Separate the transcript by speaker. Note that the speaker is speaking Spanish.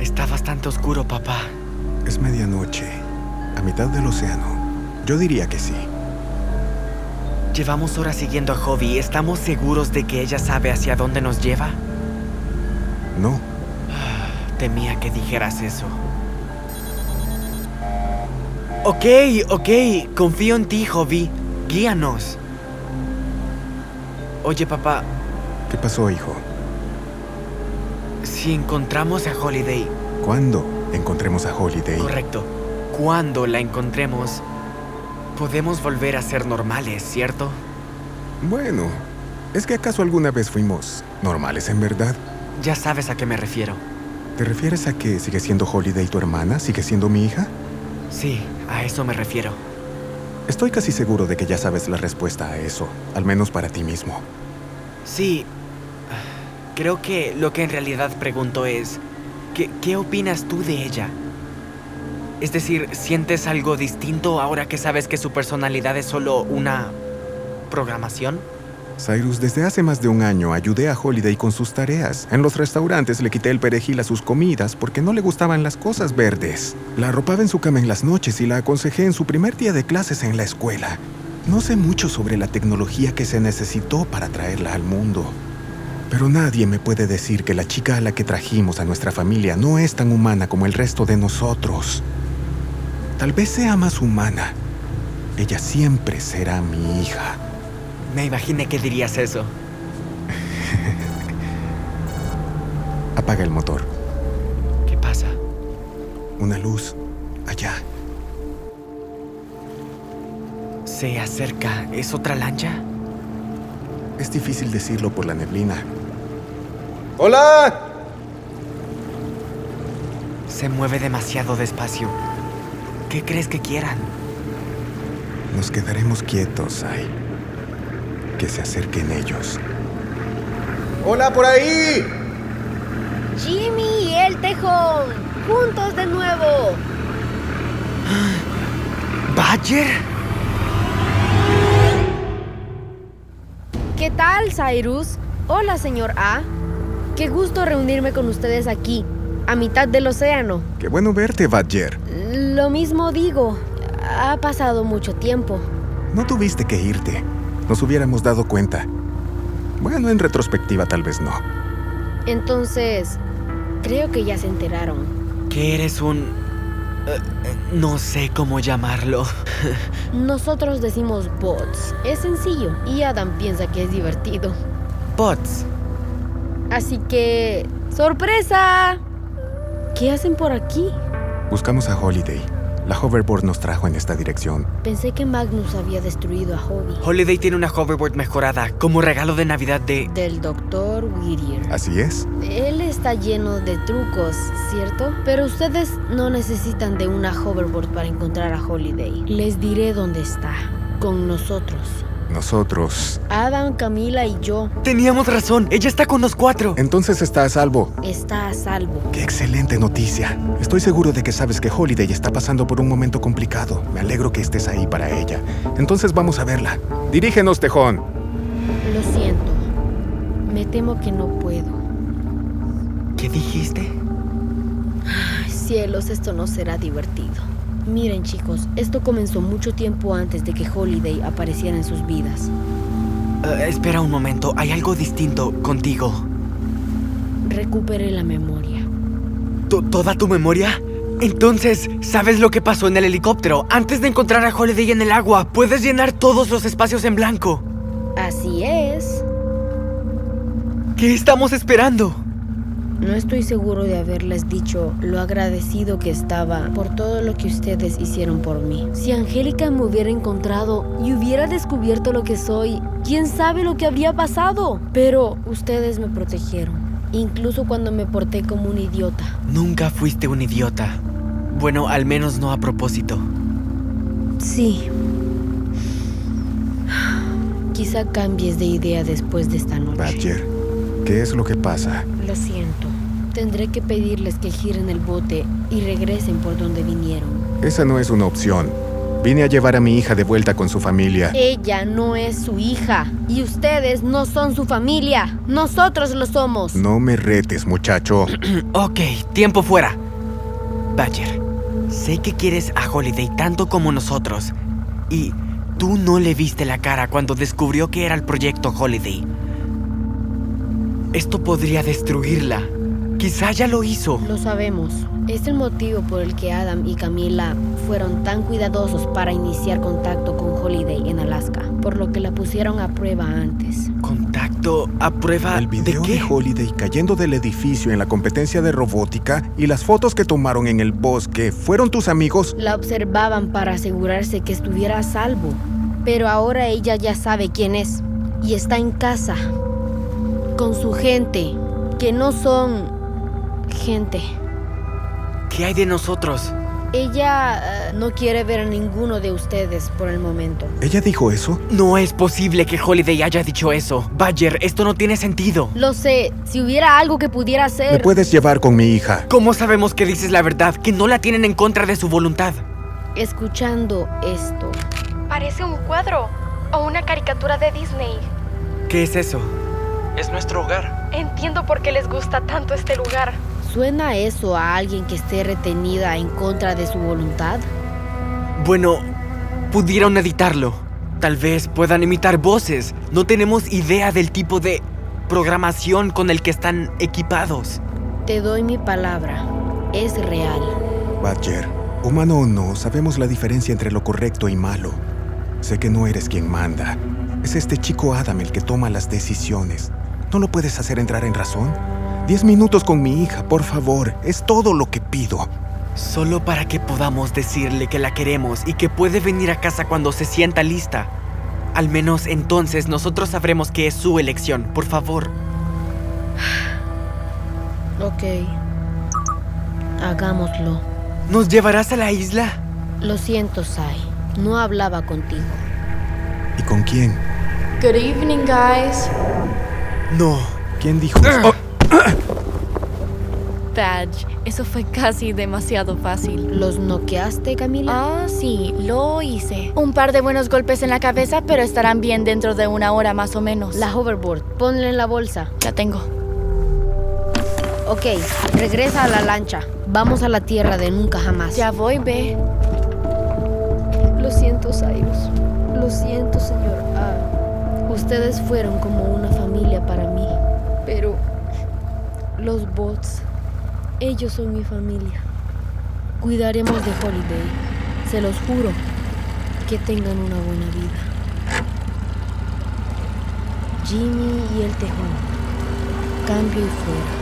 Speaker 1: Está bastante oscuro, papá.
Speaker 2: Es medianoche, a mitad del océano. Yo diría que sí.
Speaker 1: Llevamos horas siguiendo a Hobby. ¿Estamos seguros de que ella sabe hacia dónde nos lleva?
Speaker 2: No,
Speaker 1: Temía que dijeras eso. Ok, ok. Confío en ti, Hobby. Guíanos. Oye, papá,
Speaker 2: ¿qué pasó, hijo?
Speaker 1: si encontramos a Holiday,
Speaker 2: ¿Cuándo encontremos a Holiday?
Speaker 1: correcto, cuando la encontremos, podemos volver a ser normales, ¿cierto?
Speaker 2: Bueno, ¿es que acaso alguna vez fuimos normales en verdad?
Speaker 1: Ya sabes a qué me refiero.
Speaker 2: ¿Te refieres a que sigue siendo Holiday tu hermana? ¿Sigue siendo mi hija?
Speaker 1: Sí, a eso me refiero.
Speaker 2: Estoy casi seguro de que ya sabes la respuesta a eso, al menos para ti mismo.
Speaker 1: Sí. Creo que lo que en realidad pregunto es, ¿qué, qué opinas tú de ella? Es decir, ¿sientes algo distinto ahora que sabes que su personalidad es solo una programación?
Speaker 2: Cyrus, desde hace más de un año ayudé a Holiday con sus tareas. En los restaurantes le quité el perejil a sus comidas porque no le gustaban las cosas verdes. La arropaba en su cama en las noches y la aconsejé en su primer día de clases en la escuela. No sé mucho sobre la tecnología que se necesitó para traerla al mundo. Pero nadie me puede decir que la chica a la que trajimos a nuestra familia no es tan humana como el resto de nosotros. Tal vez sea más humana. Ella siempre será mi hija.
Speaker 1: Me imaginé que dirías eso.
Speaker 2: Apaga el motor.
Speaker 1: ¿Qué pasa?
Speaker 2: Una luz. Allá.
Speaker 1: Se acerca. ¿Es otra lancha?
Speaker 2: Es difícil decirlo por la neblina. ¡Hola!
Speaker 1: Se mueve demasiado despacio. ¿Qué crees que quieran?
Speaker 2: Nos quedaremos quietos, Ay. Que se acerquen ellos.
Speaker 3: ¡Hola por ahí!
Speaker 4: Jimmy y el tejón, juntos de nuevo.
Speaker 1: ¿Badger?
Speaker 4: ¿Qué tal, Cyrus? Hola, señor A. Qué gusto reunirme con ustedes aquí, a mitad del océano.
Speaker 2: Qué bueno verte, Badger.
Speaker 4: Lo mismo digo, ha pasado mucho tiempo.
Speaker 2: No tuviste que irte. Nos hubiéramos dado cuenta. Bueno, en retrospectiva tal vez no.
Speaker 4: Entonces, creo que ya se enteraron.
Speaker 1: Que eres un... eh, eh, no sé cómo llamarlo.
Speaker 4: Nosotros decimos bots. Es sencillo y Adam piensa que es divertido.
Speaker 1: Pots.
Speaker 4: Así que... ¡Sorpresa! ¿Qué hacen por aquí?
Speaker 2: Buscamos a Holiday. La hoverboard nos trajo en esta dirección.
Speaker 4: Pensé que Magnus había destruido a Hobby.
Speaker 1: Holiday tiene una hoverboard mejorada como regalo de Navidad de...
Speaker 4: Del doctor Whittier.
Speaker 2: Así es.
Speaker 4: Él está lleno de trucos, ¿cierto? Pero ustedes no necesitan de una hoverboard para encontrar a Holiday. Les diré dónde está. Con nosotros.
Speaker 2: Nosotros.
Speaker 4: Adam, Camila y yo.
Speaker 1: Teníamos razón, ella está con los cuatro.
Speaker 2: Entonces está a salvo.
Speaker 4: Está a salvo.
Speaker 2: ¡Qué excelente noticia! Estoy seguro de que sabes que Holiday está pasando por un momento complicado. Me alegro que estés ahí para ella. Entonces vamos a verla. Dirígenos, Tejón.
Speaker 4: Lo siento. Me temo que no puedo.
Speaker 1: ¿Qué dijiste?
Speaker 4: Ay, cielos, esto no será divertido. Miren chicos, esto comenzó mucho tiempo antes de que Holiday apareciera en sus vidas.
Speaker 1: Eh, espera un momento, hay algo distinto contigo.
Speaker 4: Recuperé la memoria.
Speaker 1: ¿To- ¿Toda tu memoria? Entonces, ¿sabes lo que pasó en el helicóptero? Antes de encontrar a Holiday en el agua, puedes llenar todos los espacios en blanco.
Speaker 4: Así es.
Speaker 1: ¿Qué estamos esperando?
Speaker 4: No estoy seguro de haberles dicho lo agradecido que estaba por todo lo que ustedes hicieron por mí. Si Angélica me hubiera encontrado y hubiera descubierto lo que soy, quién sabe lo que habría pasado. Pero ustedes me protegieron, incluso cuando me porté como un idiota.
Speaker 1: Nunca fuiste un idiota. Bueno, al menos no a propósito.
Speaker 4: Sí. Quizá cambies de idea después de esta noche.
Speaker 2: Badger, ¿qué es lo que pasa?
Speaker 4: Lo siento. Tendré que pedirles que giren el bote y regresen por donde vinieron.
Speaker 2: Esa no es una opción. Vine a llevar a mi hija de vuelta con su familia.
Speaker 4: Ella no es su hija y ustedes no son su familia. Nosotros lo somos.
Speaker 2: No me retes, muchacho.
Speaker 1: Ok, tiempo fuera. Badger, sé que quieres a Holiday tanto como nosotros. Y tú no le viste la cara cuando descubrió que era el proyecto Holiday. Esto podría destruirla. Quizá ya lo hizo.
Speaker 4: Lo sabemos. Es el motivo por el que Adam y Camila fueron tan cuidadosos para iniciar contacto con Holiday en Alaska, por lo que la pusieron a prueba antes.
Speaker 1: Contacto a prueba
Speaker 2: El video
Speaker 1: de qué?
Speaker 2: de Holiday cayendo del edificio en la competencia de robótica y las fotos que tomaron en el bosque fueron tus amigos.
Speaker 4: La observaban para asegurarse que estuviera a salvo, pero ahora ella ya sabe quién es y está en casa, con su gente, que no son gente.
Speaker 1: ¿Qué hay de nosotros?
Speaker 4: Ella eh, no quiere ver a ninguno de ustedes por el momento.
Speaker 2: ¿Ella dijo eso?
Speaker 1: No es posible que Holiday haya dicho eso. Badger, esto no tiene sentido.
Speaker 4: Lo sé, si hubiera algo que pudiera hacer...
Speaker 2: Me puedes llevar con mi hija.
Speaker 1: ¿Cómo sabemos que dices la verdad? Que no la tienen en contra de su voluntad.
Speaker 4: Escuchando esto,
Speaker 5: Parece un cuadro o una caricatura de Disney.
Speaker 1: ¿Qué es eso?
Speaker 6: Es nuestro hogar.
Speaker 5: Entiendo por qué les gusta tanto este lugar.
Speaker 4: ¿suena eso a alguien que esté retenida en contra de su voluntad?
Speaker 1: Bueno, pudieron editarlo. Tal vez puedan imitar voces. No tenemos idea del tipo de programación con el que están equipados.
Speaker 4: Te doy mi palabra, es real.
Speaker 2: Badger, humano o no, sabemos la diferencia entre lo correcto y malo. Sé que no eres quien manda. Es este chico Adam el que toma las decisiones. ¿No lo puedes hacer entrar en razón? Diez minutos con mi hija, por favor. Es todo lo que pido.
Speaker 1: Solo para que podamos decirle que la queremos y que puede venir a casa cuando se sienta lista. Al menos entonces nosotros sabremos que es su elección, por favor.
Speaker 4: Ok. Hagámoslo.
Speaker 1: ¿Nos llevarás a la isla?
Speaker 4: Lo siento, Sai. No hablaba contigo.
Speaker 2: ¿Y con quién?
Speaker 5: Good evening, guys.
Speaker 1: No.
Speaker 2: ¿Quién dijo eso?
Speaker 7: Badge, eso fue casi demasiado fácil.
Speaker 4: ¿Los noqueaste, Camila?
Speaker 7: Ah, sí, lo hice. Un par de buenos golpes en la cabeza, pero estarán bien dentro de una hora más o menos.
Speaker 4: La hoverboard. Ponla en la bolsa.
Speaker 7: la tengo.
Speaker 4: Ok, regresa a la lancha. Vamos a la tierra de nunca jamás.
Speaker 7: Ya voy, ve.
Speaker 4: Lo siento, Cyrus. Lo siento, señor. Ah, ustedes fueron como una familia para mí. Pero los bots, ellos son mi familia. Cuidaremos de Holiday. Se los juro. Que tengan una buena vida. Jimmy y el tejón. Cambio y fuera.